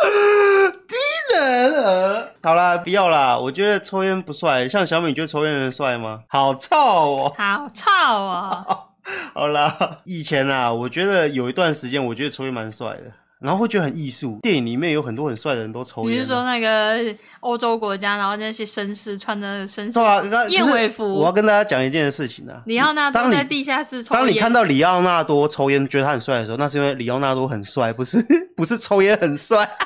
Speaker 2: 低能儿好啦，不要啦！我觉得抽烟不帅。像小美，你觉得抽烟的人帅吗？好臭哦！
Speaker 1: 好臭哦！
Speaker 2: 好啦，以前啊，我觉得有一段时间，我觉得抽烟蛮帅的，然后会觉得很艺术。电影里面有很多很帅的人都抽
Speaker 1: 你
Speaker 2: 烟、啊。
Speaker 1: 是说那个欧洲国家，然后那些绅士穿着绅士
Speaker 2: 对啊，那
Speaker 1: 哦燕
Speaker 2: 可是
Speaker 1: 尾服
Speaker 2: 我要跟大家讲一件事情啊。
Speaker 1: 里奥纳多
Speaker 2: 当你
Speaker 1: 在地下室抽烟，
Speaker 2: 当你看到里奥纳多抽烟，觉得他很帅的时候，那是因为里奥纳多很帅， 不是不是抽烟很帅。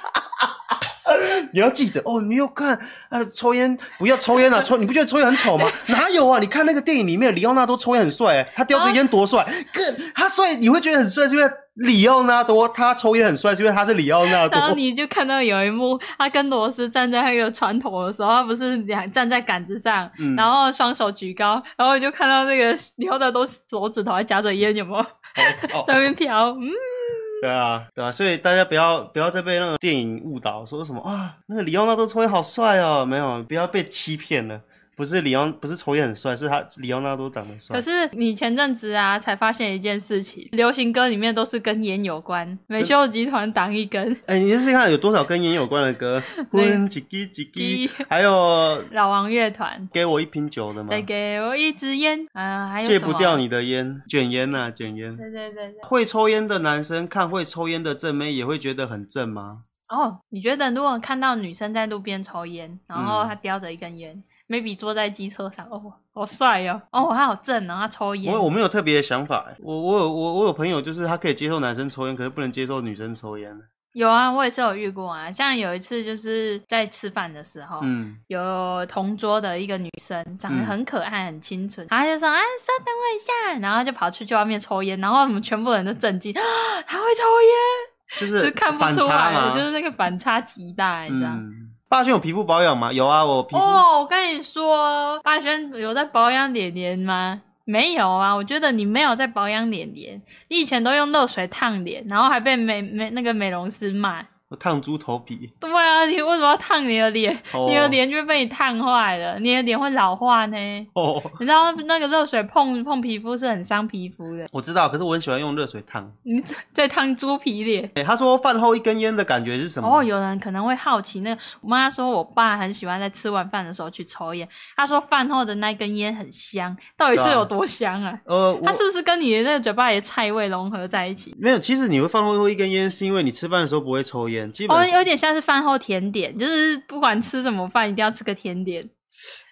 Speaker 2: 你要记得哦，你要看啊，抽烟不要抽烟啊，抽你不觉得抽烟很丑吗？ 哪有啊？你看那个电影里面，里奥纳多抽烟很帅、他叼着烟多帅， 更他帅，你会觉得很帅，是因为里奥纳多他抽烟很帅，是因为他是里奥纳多。
Speaker 1: 然后你就看到有一幕，他跟罗斯站在那个船头的时候，他不是两站在杆子上，
Speaker 2: 嗯
Speaker 1: 然后双手举高，然后你就看到那个 刘德都手指头还夹着烟，有
Speaker 2: 哦
Speaker 1: 没有
Speaker 2: 好丑
Speaker 1: 在那边飘？嗯，
Speaker 2: 对啊，对啊，所以大家不要不要再被那个电影误导，说什么啊，那个里奥纳多抽烟好帅哦，没有，不要被欺骗了。不是里奥，不是抽烟很帅，是他里奥纳多长得帅
Speaker 1: 可。是你前阵子啊，才发现一件事情，流行歌里面都是跟烟有关，美秀集团挡一根，
Speaker 2: 哎、你试试看有多少跟烟有关的 歌，婚几滴几滴，还有
Speaker 1: 老王乐团。
Speaker 2: 给我一瓶酒的吗？
Speaker 1: 再给我一支烟，嗯、还有
Speaker 2: 戒
Speaker 1: 什
Speaker 2: 不
Speaker 1: 么
Speaker 2: 掉。你的烟，卷烟呐、卷烟。
Speaker 1: 对对对对。
Speaker 2: 会抽烟的男生看会抽烟的正妹也会觉得很正吗？
Speaker 1: 哦，你觉得如果看到女生在路边抽烟，然后
Speaker 2: 嗯
Speaker 1: 她叼着一根烟、m a y b e 坐在机车上，哦，好帅哦，哦，她好正哦，她抽烟，
Speaker 2: 我我没有特别的想法、欸，我我有我我有朋友就是他可以接受男生抽烟，可是不能接受女生抽烟。
Speaker 1: 有啊，我也是有遇过啊，像有一次就是在吃饭的时候。
Speaker 2: 嗯，
Speaker 1: 有同桌的一个女生，长得
Speaker 2: 嗯
Speaker 1: 很可爱、很清纯，然后她就说：“啊，稍等我一下。”然后就跑出去外面抽烟，然后我们全部人都震惊，啊，她会抽
Speaker 2: 就
Speaker 1: 烟，就
Speaker 2: 是
Speaker 1: 看不
Speaker 2: 反
Speaker 1: 出
Speaker 2: 差
Speaker 1: 来，
Speaker 2: 嘛，
Speaker 1: 就是那个反差极大，你知道吗？
Speaker 2: 嗯，霸轩有皮肤保养吗？有啊，我皮肤、
Speaker 1: 哦，我跟你说，霸轩有在保养脸脸吗？没有啊，我觉得你没有在保养脸脸，你以前都用热水烫脸，然后还被美美那个美容师骂。
Speaker 2: 我烫猪头皮，
Speaker 1: 对啊，你为什么要烫你的脸？
Speaker 2: 哦
Speaker 1: 你的脸就会被你烫坏了，你的脸会老化呢。
Speaker 2: 哦，
Speaker 1: 你知道那个热水碰碰皮肤是很伤皮肤的，
Speaker 2: 我知道，可是我很喜欢用热水烫。
Speaker 1: 你在烫猪皮脸。
Speaker 2: 哎、他说饭后一根烟的感觉是什么？
Speaker 1: 哦，有人可能会好奇，那个我妈说我爸很喜欢在吃完饭的时候去抽烟，她说饭后的那根烟很香，到底是
Speaker 2: 对啊
Speaker 1: 有多香啊？
Speaker 2: 呃，我
Speaker 1: 它是不是跟你的那个嘴巴里的菜味融合在一起？
Speaker 2: 没有。其实你会饭后一根烟，是因为你吃饭的时候不会抽烟，基本
Speaker 1: 哦，
Speaker 2: 上、
Speaker 1: 有点像是饭后甜点，就是不管吃什么饭，一定要吃个甜点。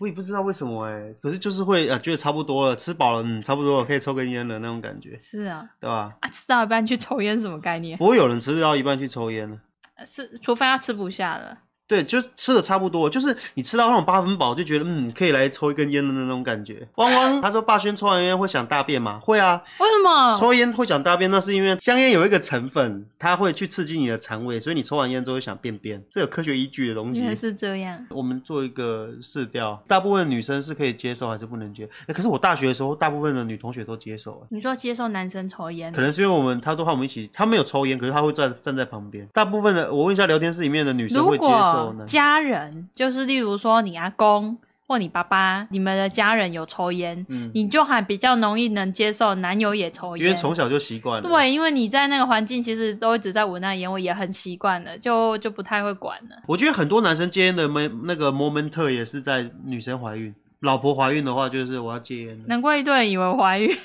Speaker 2: 我也不知道为什么哎、可是就是会啊，觉得差不多了，吃饱了，嗯，差不多了，可以抽根烟了那种感觉，
Speaker 1: 是啊，
Speaker 2: 对吧？
Speaker 1: 啊，吃到一半去抽烟是什么概念？
Speaker 2: 不会有人吃到一半去抽烟的。
Speaker 1: 是，除非他吃不下了。
Speaker 2: 对，就吃的差不多，就是你吃到那种八分饱，就觉得嗯，可以来抽一根烟的那种感觉。汪汪，他说霸轩抽完烟会想大便吗？会啊，
Speaker 1: 为什么？
Speaker 2: 抽烟会想大便，那是因为香烟有一个成分，它会去刺激你的肠胃，所以你抽完烟之后会想便便，这有科学依据的东西
Speaker 1: 原。来是这样。
Speaker 2: 我们做一个试调，大部分女生是可以接受还是不能接？欸可是我大学的时候，大部分的女同学都接受、欸，
Speaker 1: 你说接受男生抽烟
Speaker 2: 可，能是因为我们她都和我们一起，她没有抽烟，可是她会站站在旁边。大部分的我问一下聊天室里面的女生
Speaker 1: 如
Speaker 2: 会接受
Speaker 1: 果
Speaker 2: 呢？
Speaker 1: 家人就是例如说你阿公或你爸爸，你们的家人有抽烟，
Speaker 2: 嗯
Speaker 1: 你就还比较容易能接受男友也抽
Speaker 2: 因为
Speaker 1: 烟。
Speaker 2: 从小就习惯了。
Speaker 1: 哦对，因为你在那个环境，其实都一直在闻那烟味，也很习惯了，就就不太会管了。
Speaker 2: 我觉得很多男生戒烟的 m 那个 moment 也是在女生怀孕。老婆怀孕的话，就是我要戒烟了。
Speaker 1: 难怪一堆人以为我怀孕，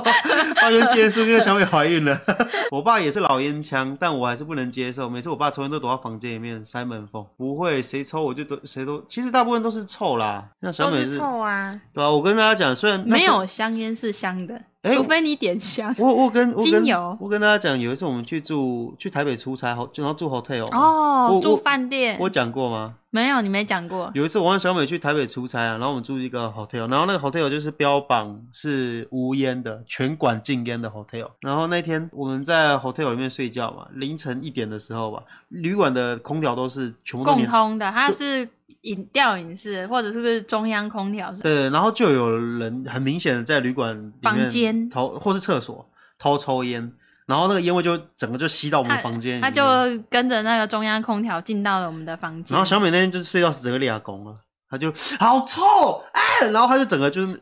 Speaker 2: 发现戒烟是不是小美怀孕了？ 我爸也是老烟枪，但我还是不能接受。每次我爸抽烟都躲到房间里面塞门缝。不会，谁抽我就都谁都，其实大部分都是臭啦。像小
Speaker 1: 都
Speaker 2: 美
Speaker 1: 是臭啊，
Speaker 2: 对啊，我跟大家讲，虽然那
Speaker 1: 没
Speaker 2: 时候
Speaker 1: 有香烟是香的，
Speaker 2: 哎
Speaker 1: 除非你点香。
Speaker 2: 我我跟我跟
Speaker 1: 精油
Speaker 2: 我跟大家讲，有一次我们去住去台北出差，好然后住 hotel 嘛
Speaker 1: 哦
Speaker 2: 我，
Speaker 1: 住
Speaker 2: 我
Speaker 1: 饭店
Speaker 2: 我讲过吗？
Speaker 1: 没有，你没讲过。
Speaker 2: 有一次我和小美去台北出差啊，然后我们住一个 hotel，然后那个 hotel 就是标榜是无烟的，全馆禁烟的 hotel。然后那天我们在 hotel 里面睡觉嘛，凌晨一点的时候吧，旅馆的空调都是全部都
Speaker 1: 共
Speaker 2: 免
Speaker 1: 通的，它是饮吊饮式，或者是不是中央空调？
Speaker 2: 对，然后就有人很明显的在旅馆里面
Speaker 1: 房间
Speaker 2: 偷或是厕所偷抽烟，然后那个烟味就整个就吸到我们房间里面，
Speaker 1: 它就跟着那个中央空调进到了我们的房间
Speaker 2: 然后。小美那天就是睡到整个俩拱了，她就好臭哎，然后她就整个就是
Speaker 1: 啊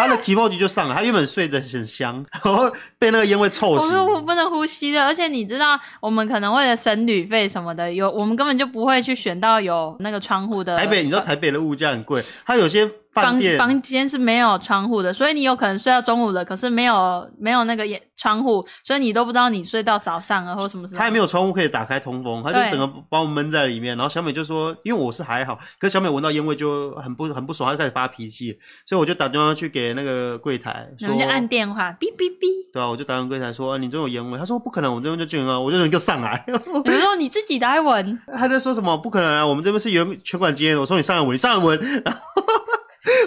Speaker 2: 她的皮毛就就上来，她原本睡着很香，然后被那个烟味臭
Speaker 1: 我
Speaker 2: 醒。
Speaker 1: 说我不能呼吸了，而且你知道，我们可能为了省旅费什么的，有我们根本就不会去选到有那个窗户的。
Speaker 2: 台北，你知道台北的物价很贵，它有些饭店
Speaker 1: 房房间是没有窗户的，所以你有可能睡到中午了，可是没有没有那个也窗户，所以你都不知道你睡到早上了或什么时候
Speaker 2: 它也。没有窗户可以打开通风，它
Speaker 1: 对
Speaker 2: 就整个把我闷在里面。然后小美就说，因为我是还好，可是小美闻到烟味就很不很不爽，她就开始发脾气，所以我就打电话去给那个柜台
Speaker 1: 然
Speaker 2: 说
Speaker 1: 后就。按电话，哔哔哔。
Speaker 2: 对啊，我就打电话柜台说、啊你这种烟味，他说不可能，我们这边就禁烟啊，我就人就上来，
Speaker 1: 你说你自己来闻，
Speaker 2: 他在说什么？不可能啊！我们这边是原全管经验。我说你上来闻，你上来闻，然后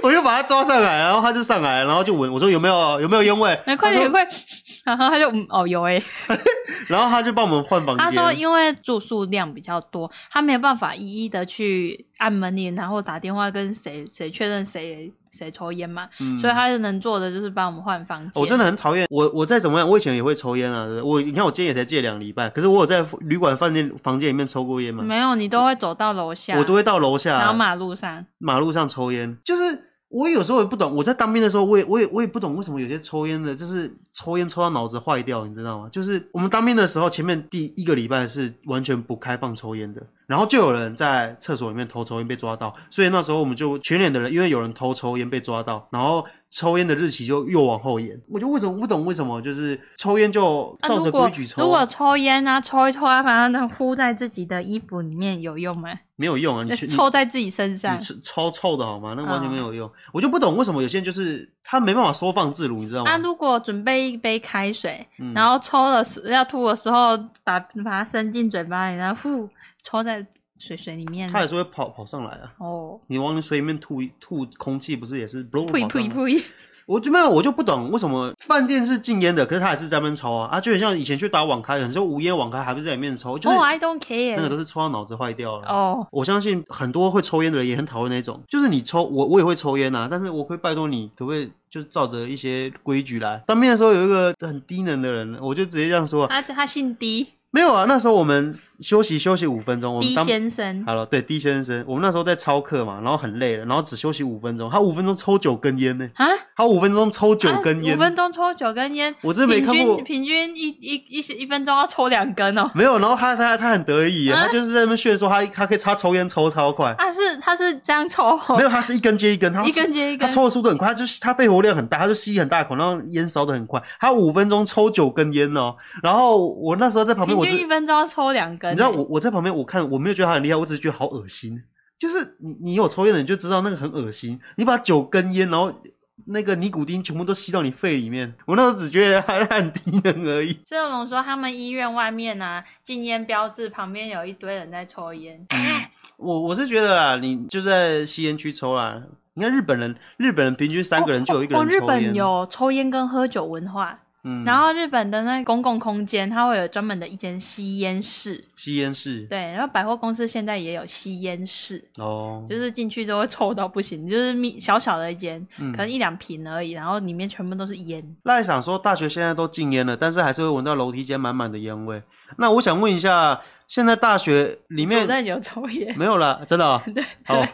Speaker 2: 我就把他抓上来，然后他就上来，然后就闻。我说有没有有没有烟味？
Speaker 1: 哎，快
Speaker 2: 他
Speaker 1: 点
Speaker 2: 说
Speaker 1: 快！ 然后他就嗯哦有哎、
Speaker 2: 然后他就帮我们换房间。
Speaker 1: 他说，因为住宿量比较多，他没有办法一一的去按门铃，然后打电话跟谁谁确认谁谁抽烟嘛，
Speaker 2: 嗯
Speaker 1: 所以他能做的就是帮我们换房间。
Speaker 2: 我真的很讨厌我，我再怎么样，我以前也会抽烟啊。对不对我你看我今天也才戒两礼拜，可是我有在旅馆饭店房间里面抽过烟嘛，
Speaker 1: 没有，你都会走到楼下，
Speaker 2: 我都会啊到楼下
Speaker 1: 然后马路上，
Speaker 2: 马路上抽烟，就是我有时候也不懂，我在当兵的时候，我也我也我也不懂为什么有些抽烟的，就是抽烟抽到脑子坏掉，你知道吗？就是我们当兵的时候，前面第一个礼拜是完全不开放抽烟的，然后就有人在厕所里面偷抽烟被抓到，所以那时候我们就全脸的人，因为有人偷抽烟被抓到，然后抽烟的日期就又往后延。我就为什么不懂为什么就是抽烟就
Speaker 1: 啊、
Speaker 2: 照着
Speaker 1: 如果
Speaker 2: 规矩抽，
Speaker 1: 如果抽烟啊，抽一抽啊，把它呼在自己的衣服里面有用吗？
Speaker 2: 没有用啊，你去你
Speaker 1: 呃抽在自己身上
Speaker 2: 你，是超臭的好吗？那完全
Speaker 1: 嗯
Speaker 2: 没有用，我就不懂为什么有些人就是他没办法收放自如，你知道吗？
Speaker 1: 啊，如果准备一杯开水，
Speaker 2: 嗯
Speaker 1: 然后抽的时要吐的时候，把把它伸进嘴巴里，然后呼抽在水水里面。
Speaker 2: 他也是会跑跑上来啊。
Speaker 1: 哦，
Speaker 2: 你往水里面吐一吐空气，不是也是噗
Speaker 1: 呸呸呸！
Speaker 2: 我就没有，我就不懂为什么饭店是禁烟的，可是他还是在那边抽啊啊！就很像以前去打网咖，很多无烟网咖还不是在里面抽，就是
Speaker 1: 哦，I don't
Speaker 2: 那个
Speaker 1: care。
Speaker 2: 都是抽到脑子坏掉了。
Speaker 1: 哦，
Speaker 2: 我相信很多会抽烟的人也很讨厌那种，就是你抽我我也会抽烟啊，但是我会拜托你，可不可以就照着一些规矩来？当面的时候有一个很低能的人，我就直接这样说啊，
Speaker 1: 他他姓 D
Speaker 2: 没有啊，那时候我们休息休息五分钟，我
Speaker 1: D
Speaker 2: 们当啊
Speaker 1: 先生，
Speaker 2: 好了，对 D 先生，我们那时候在操课嘛，然后很累了，然后只休息五分钟，他五分钟抽九根烟呢，
Speaker 1: 啊，
Speaker 2: 他五分钟抽九根烟，
Speaker 1: 五分钟抽九根烟，
Speaker 2: 我真的没看过
Speaker 1: 平均平均一一一一分钟要抽两根哦。
Speaker 2: 没有，然后他他他很得意耶，
Speaker 1: 啊
Speaker 2: 他就是在那边炫说他他可以他抽烟抽超快，
Speaker 1: 他是他是这样抽，
Speaker 2: 没有，他是一根接一根，他
Speaker 1: 哦一根接一根
Speaker 2: 他抽的速度很快，他就是他肺活量很大，他就吸很大口，然后烟烧的很快，他五分钟抽九根烟哦，然后我那时候在旁边，
Speaker 1: 平
Speaker 2: 我就
Speaker 1: 均一分钟要抽两根。欸
Speaker 2: 你知道我我在旁边我看我没有觉得他很厉害，我只是觉得好恶心。就是你你有抽烟的你就知道那个很恶心，你把九根烟然后。那个尼古丁全部都吸到你肺里面，我那时候只觉得他很低能而已。
Speaker 1: 所以我
Speaker 2: 嗯
Speaker 1: 们说，他们医院外面啊，禁烟标志旁边有一堆人在抽烟。
Speaker 2: 我我是觉得啊，你就在吸烟区抽啦。你看日本人，日本人平均三个人就有一个
Speaker 1: 哦
Speaker 2: 人
Speaker 1: 哦
Speaker 2: 抽
Speaker 1: 日
Speaker 2: 烟。
Speaker 1: 本有抽烟跟喝酒文化，
Speaker 2: 嗯，
Speaker 1: 然后日本的那公共空间，它会有专门的一间吸烟室，
Speaker 2: 吸烟室
Speaker 1: 对，然后百货公司现在也有吸烟室，
Speaker 2: 哦，
Speaker 1: 就是进去之后会臭到不行，就是密小小的一间，
Speaker 2: 嗯
Speaker 1: 可能一两瓶而已，然后里面全部都是烟。
Speaker 2: 赖想说，大学现在都禁烟了，但是还是会闻到楼梯间满满的烟味。那我想问一下，现在大学里
Speaker 1: 主
Speaker 2: 面
Speaker 1: 任有抽 烟，
Speaker 2: 没有了，真的、哦？好，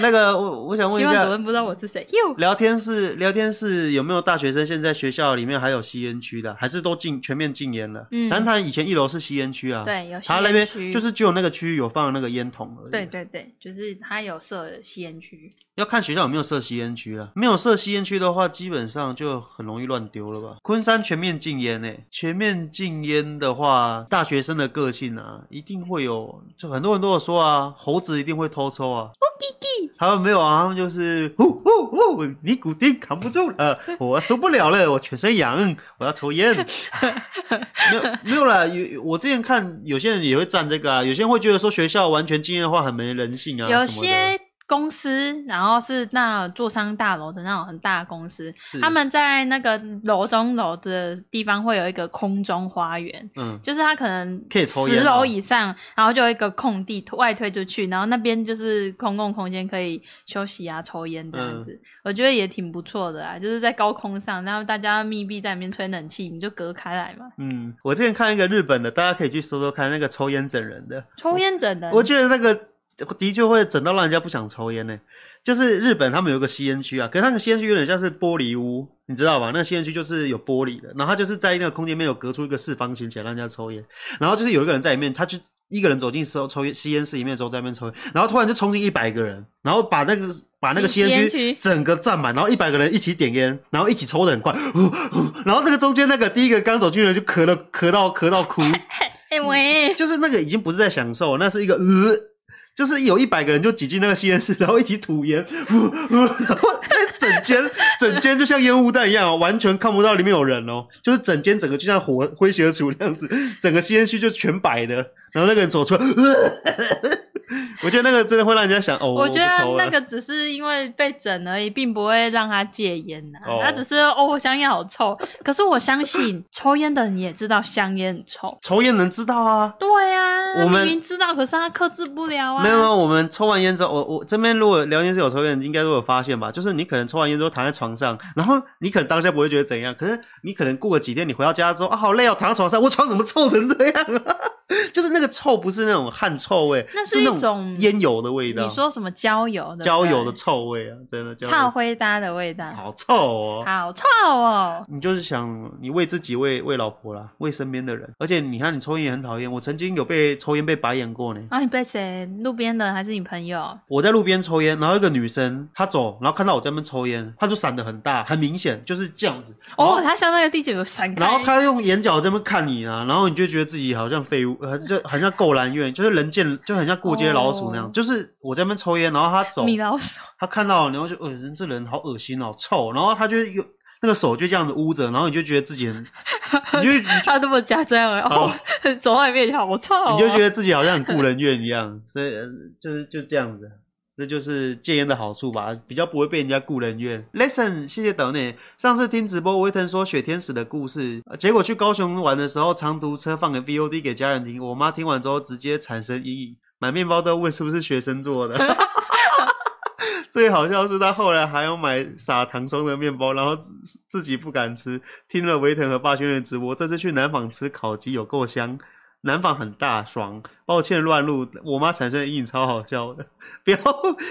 Speaker 2: 那个我我嗯想问
Speaker 1: 希
Speaker 2: 一
Speaker 1: 望主
Speaker 2: 下，嗯
Speaker 1: 任不知道我是谁。哟，
Speaker 2: 聊天室聊天室有没有大学生现在学校里面还有吸烟区的，还是都禁全面禁烟了？
Speaker 1: 嗯
Speaker 2: 南坛以前一楼是吸烟区啊，，
Speaker 1: 对，有吸
Speaker 2: 他那
Speaker 1: 烟
Speaker 2: 边
Speaker 1: 区，
Speaker 2: 就是只有那个区域有放那个烟筒而已。
Speaker 1: 对对对，就是它有设吸烟区。
Speaker 2: 要看学校有没有设吸烟区了。没有设吸烟区的话，基本上就很容易乱丢了吧。昆山全面禁烟诶、欸全面禁烟的话，大学生的个性啊，一定会有，就很多人都有说啊，猴子一定会偷抽啊。他们没有啊，他们就是呼呼呼，尼古丁扛不住了，呃我受不了了，我全身痒，我要抽烟。没有没有啦，有我之前看有些人也会站这个啊，有些人会觉得说学校完全禁烟的话很没人性啊，
Speaker 1: 有
Speaker 2: 什么的
Speaker 1: 些公司，然后是那座商大楼的那种很大的公司，
Speaker 2: 是
Speaker 1: 他们在那个楼中楼的地方会有一个空中花园，
Speaker 2: 嗯。
Speaker 1: 就是它可能
Speaker 2: 可以抽烟
Speaker 1: 十
Speaker 2: 哦
Speaker 1: 楼以上，然后就有一个空地外推出去，然后那边就是公共空间可以休息啊、抽烟这
Speaker 2: 嗯
Speaker 1: 样子，我觉得也挺不错的啊。就是在高空上，然后大家密闭在里面吹冷气，你就隔开来嘛。
Speaker 2: 嗯，我之前看一个日本的，大家可以去搜搜看那个抽烟整人的，
Speaker 1: 抽烟整人，
Speaker 2: 我觉得那个的确会整到让人家不想抽烟呢、就是日本他们有个吸烟区啊，可是那个吸烟区有点像是玻璃屋，你知道吧？那个吸烟区就是有玻璃的，然后它就是在那个空间里面有隔出一个四方形起来让人家抽烟，然后就是有一个人在里面，他就一个人走进抽抽烟吸烟室里面之后在那边抽烟，然后突然就冲进一百个人，然后把那个把那个吸
Speaker 1: 吸
Speaker 2: 烟
Speaker 1: 烟
Speaker 2: 区
Speaker 1: 区
Speaker 2: 整个占满，然后一百个人一起点烟，然后一起抽的很快， 呼呼然后那个中间那个第一个刚走进来就咳了咳到咳到哭。
Speaker 1: 哎、喂，
Speaker 2: 就是那个已经不是在享受，那是一个呃，就是有一百个人就挤进那个吸烟室，然后一起吐烟，呃呃、然后那整间 整间就像烟雾弹一样、哦，完全看不到里面有人哦，就是整间整个就像火灰而处那样子，整个吸烟区就全白的，然后那个人走出来，呃、 我觉得那个真的会让人家想哦，
Speaker 1: 我
Speaker 2: 不
Speaker 1: 觉得
Speaker 2: 抽了
Speaker 1: 那个只是因为被整而已，并不会让他戒烟呐、
Speaker 2: 哦
Speaker 1: 他只是哦，我香烟好臭。可是我相 信抽烟的人也知道香烟很臭。
Speaker 2: 抽烟能知道啊。
Speaker 1: 对啊，他
Speaker 2: 我们
Speaker 1: 明明知道，可是他克制不了啊。
Speaker 2: 没有没有，我们抽完烟之后，我我这边如果聊天室有抽烟，应该都有发现吧？就是你可能抽完烟之后躺在床上，然后你可能当下不会觉得怎样，可是你可能过个几天，你回到家之后啊，好累哦，躺在床上，我床怎么臭成这样、啊？ 就是那个臭不是那种汗臭味，
Speaker 1: 那
Speaker 2: 是
Speaker 1: 是一
Speaker 2: 那
Speaker 1: 种
Speaker 2: 烟油的味道，
Speaker 1: 你说什么焦油的？
Speaker 2: 焦油的
Speaker 1: 对
Speaker 2: 臭味啊，真的焦
Speaker 1: 不对，臭
Speaker 2: 油
Speaker 1: 灰搭的味道，
Speaker 2: 好臭哦。
Speaker 1: 好臭哦！
Speaker 2: 你就是想你为自己为为老婆啦，为身边的人，而且你看你抽烟也很讨厌，我曾经有被抽烟被白眼过呢。
Speaker 1: 啊，你被谁？路边的还是你朋友？
Speaker 2: 我在路边抽烟，然后一个女生她走，然后看到我在那边抽烟，她就闪得很大，很明显就是这样子。
Speaker 1: 哦，他像那个第九闪开，
Speaker 2: 然后她用眼角这么看你啊，然后你就觉得自己好像废物，呃，就很像够蓝院，就是人见就很像过街老鼠那样。
Speaker 1: 哦
Speaker 2: 就是我在那边抽烟，然后她走，
Speaker 1: 米老鼠，
Speaker 2: 她看到了，然后就，呃，人这人好恶心哦，臭。然后她就有那个手就这样子捂着，然后你就觉得自己很，你就你
Speaker 1: 他这么加这样哦，走到你面前，好臭哦！
Speaker 2: 你就觉得自己好像很故人怨一样，所以呃就是就这样子，这就是戒烟的好处吧，比较不会被人家故人怨。Lesson，谢谢岛内。上次听直播，威腾说雪天使的故事，呃结果去高雄玩的时候，长途车放个 VOD 给家人听，我妈听完之后直接产生阴影，买面包都问是不是学生做的。 最好笑是他后来还要买撒糖松的面包，然后自自己不敢吃。听了维腾和霸轩的直播，这次去南纺吃烤鸡有够香，南纺很大爽。抱歉乱录，我妈产生的阴影超好笑的。 不要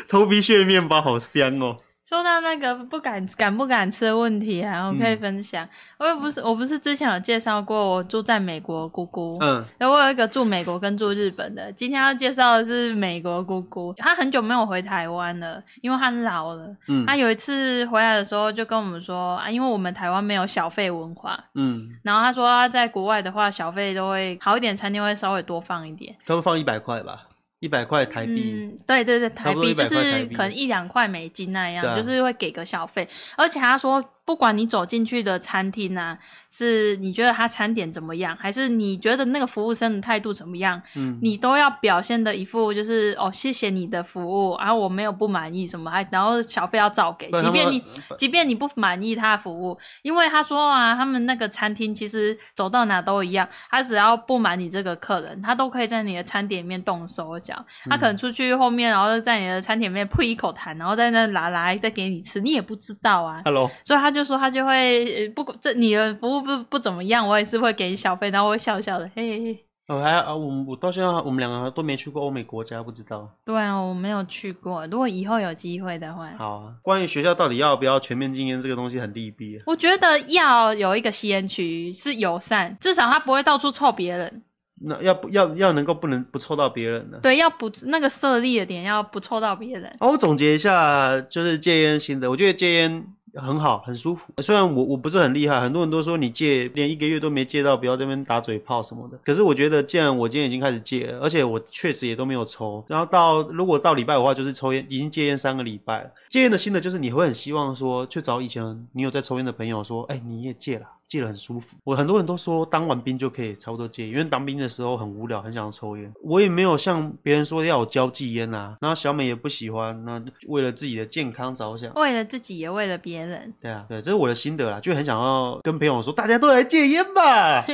Speaker 2: 头皮屑面包好香哦。
Speaker 1: 说到那个不敢敢不敢吃的问题啊，我可以
Speaker 2: 嗯
Speaker 1: 分享。我也不是，我不是之前有介绍过我住在美国的姑姑，
Speaker 2: 嗯，
Speaker 1: 然后我有一个住美国跟住日本的。今天要介绍的是美国姑姑，她很久没有回台湾了，因为她老了。
Speaker 2: 嗯
Speaker 1: 她有一次回来的时候就跟我们说啊，因为我们台湾没有小费文化，
Speaker 2: 嗯，
Speaker 1: 然后她说她在国外的话，小费都会好一点，餐厅会稍微多放一点。
Speaker 2: 他们放一百块吧，一百块台币。
Speaker 1: 嗯，对对对，
Speaker 2: 差
Speaker 1: 台
Speaker 2: 不多
Speaker 1: 币就
Speaker 2: 100块台
Speaker 1: 是
Speaker 2: 币
Speaker 1: 可能一两块美金那样，
Speaker 2: 对啊
Speaker 1: 就是会给个小费，而且他说。不管你走进去的餐厅啊，是你觉得他餐点怎么样，还是你觉得那个服务生的态度怎么样，
Speaker 2: 嗯，
Speaker 1: 你都要表现的一副就是哦，谢谢你的服务，然、后我没有不满意什么，还然后小费要照给，
Speaker 2: 不然
Speaker 1: 即
Speaker 2: 他们
Speaker 1: 便你即便你不满意他的服务，因为他说啊，他们那个餐厅其实走到哪都一样，他只要不满你这个客人，他都可以在你的餐点里面动手脚。他可能出去后面，然后在你的餐点里面吐一口痰，然后在那拿来再给你吃，你也不知道啊。
Speaker 2: Hello，
Speaker 1: 所以他就说他就会呃不管这你的服务不不怎么样，我也是会给你小费，然后我会笑笑的，嘿嘿嘿。
Speaker 2: 我还啊，我们我到现在我们两个都没去过欧美国家，不知道。
Speaker 1: 对啊，我没有去过，如果以后有机会的话，
Speaker 2: 好啊，关于学校到底要不要全面禁烟这个东西很利弊啊。
Speaker 1: 我觉得要有一个吸烟区是友善，至少他不会到处臭别人。
Speaker 2: 那要不要要能够不能不臭到别人呢、
Speaker 1: 对，要不那个设立的点要不臭到别人。
Speaker 2: 哦，我总结一下，就是戒烟心得。我觉得戒烟很好，很舒服。虽然我我不是很厉害，很多人都说你戒连一个月都没戒到，不要在那边打嘴炮什么的。可是我觉得，既然我今天已经开始戒了，而且我确实也都没有抽，然后到如果到礼拜五的话，就是抽烟，已经戒烟三个礼拜了。戒烟的心得就是你会很希望说，去找以前你有在抽烟的朋友说，哎、你也戒了。戒了很舒服。我很多人都说当完兵就可以差不多戒，因为当兵的时候很无聊，很想抽烟。我也没有像别人说要有交际烟啊，然后小美也不喜欢，那为了自己的健康着想。
Speaker 1: 为了自己也为了别人，
Speaker 2: 对啊，对，这是我的心得啦，就很想要跟朋友说，大家都来戒烟 吧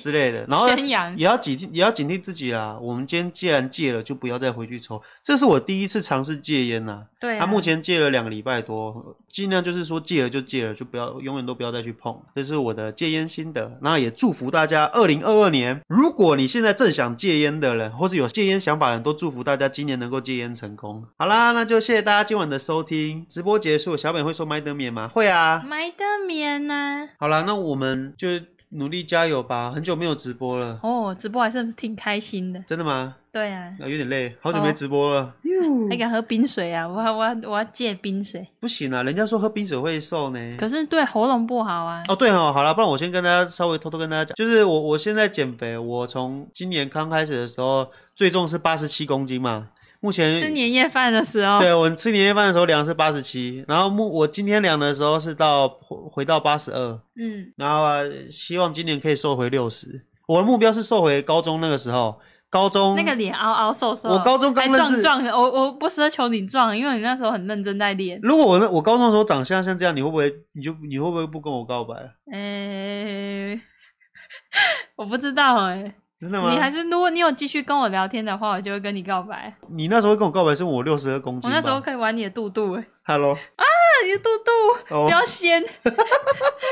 Speaker 2: 之类的，然后
Speaker 1: 宣扬
Speaker 2: 也要警惕，也要警惕自己啦。我们今天既然戒了，就不要再回去抽。这是我第一次尝试戒烟呐、
Speaker 1: 对、啊，
Speaker 2: 他目前戒了两个礼拜多，尽量就是说戒了就戒了，就不要永远都不要再去碰。这是我的戒烟心得。那也祝福大家二零二二年，如果你现在正想戒烟的人，或是有戒烟想法的人，都祝福大家今年能够戒烟成功。好啦，那就谢谢大家今晚的收听。直播结束，小本会说麦德棉吗？会啊。
Speaker 1: 埋的棉呢、
Speaker 2: 好啦，那我们就努力加油吧。很久没有直播了，
Speaker 1: 哦，直播还是挺开心的。
Speaker 2: 真的吗？
Speaker 1: 对啊，
Speaker 2: 啊，有点累，好久没直播了。哟
Speaker 1: 还敢喝冰水啊！我要我要我要戒冰水，
Speaker 2: 不行啊，人家说喝冰水会瘦呢。
Speaker 1: 可是对喉咙不好啊。
Speaker 2: 嗯哦，对哦，好了，不然我先跟大家稍微偷偷跟大家讲，就是我我现在减肥，我从今年刚开始的时候最重是八十七公斤嘛，目
Speaker 1: 吃
Speaker 2: 前
Speaker 1: 年夜饭的时候，
Speaker 2: 对啊我吃年夜饭的时候量是八十七，然后目我今天量的时候是到回回到八十二，
Speaker 1: 嗯，
Speaker 2: 然后、啊、希望今年可以瘦回六十，我的目标是瘦回高中那个时候，高中
Speaker 1: 那个脸凹凹瘦瘦，
Speaker 2: 我高中刚
Speaker 1: 还
Speaker 2: 认识
Speaker 1: 壮壮的。我我不奢求你壮，因为你那时候很认真在练。
Speaker 2: 如果我那我高中的时候长相像这样，你会不会你就你会不会不跟我告白？
Speaker 1: 诶、 我不知道哎、
Speaker 2: 真的吗？
Speaker 1: 你还是如果你有继续跟我聊天的话，我就会跟你告白。
Speaker 2: 你那时候会跟我告白是因为我六十二公
Speaker 1: 我
Speaker 2: 斤吧，
Speaker 1: 那时候可以玩你的肚肚哎、
Speaker 2: Hello，
Speaker 1: 你的肚肚
Speaker 2: 哦
Speaker 1: 不要掀，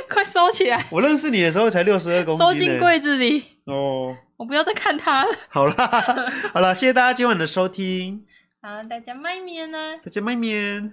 Speaker 1: 快收起来，
Speaker 2: 我认识你的时候才六十二公斤、
Speaker 1: 收进。柜子里。
Speaker 2: 哦，
Speaker 1: 我不要再看它了。
Speaker 2: 好啦，好啦，谢谢大家今晚的收听，
Speaker 1: 好，大家卖面呢、
Speaker 2: 大家拜面。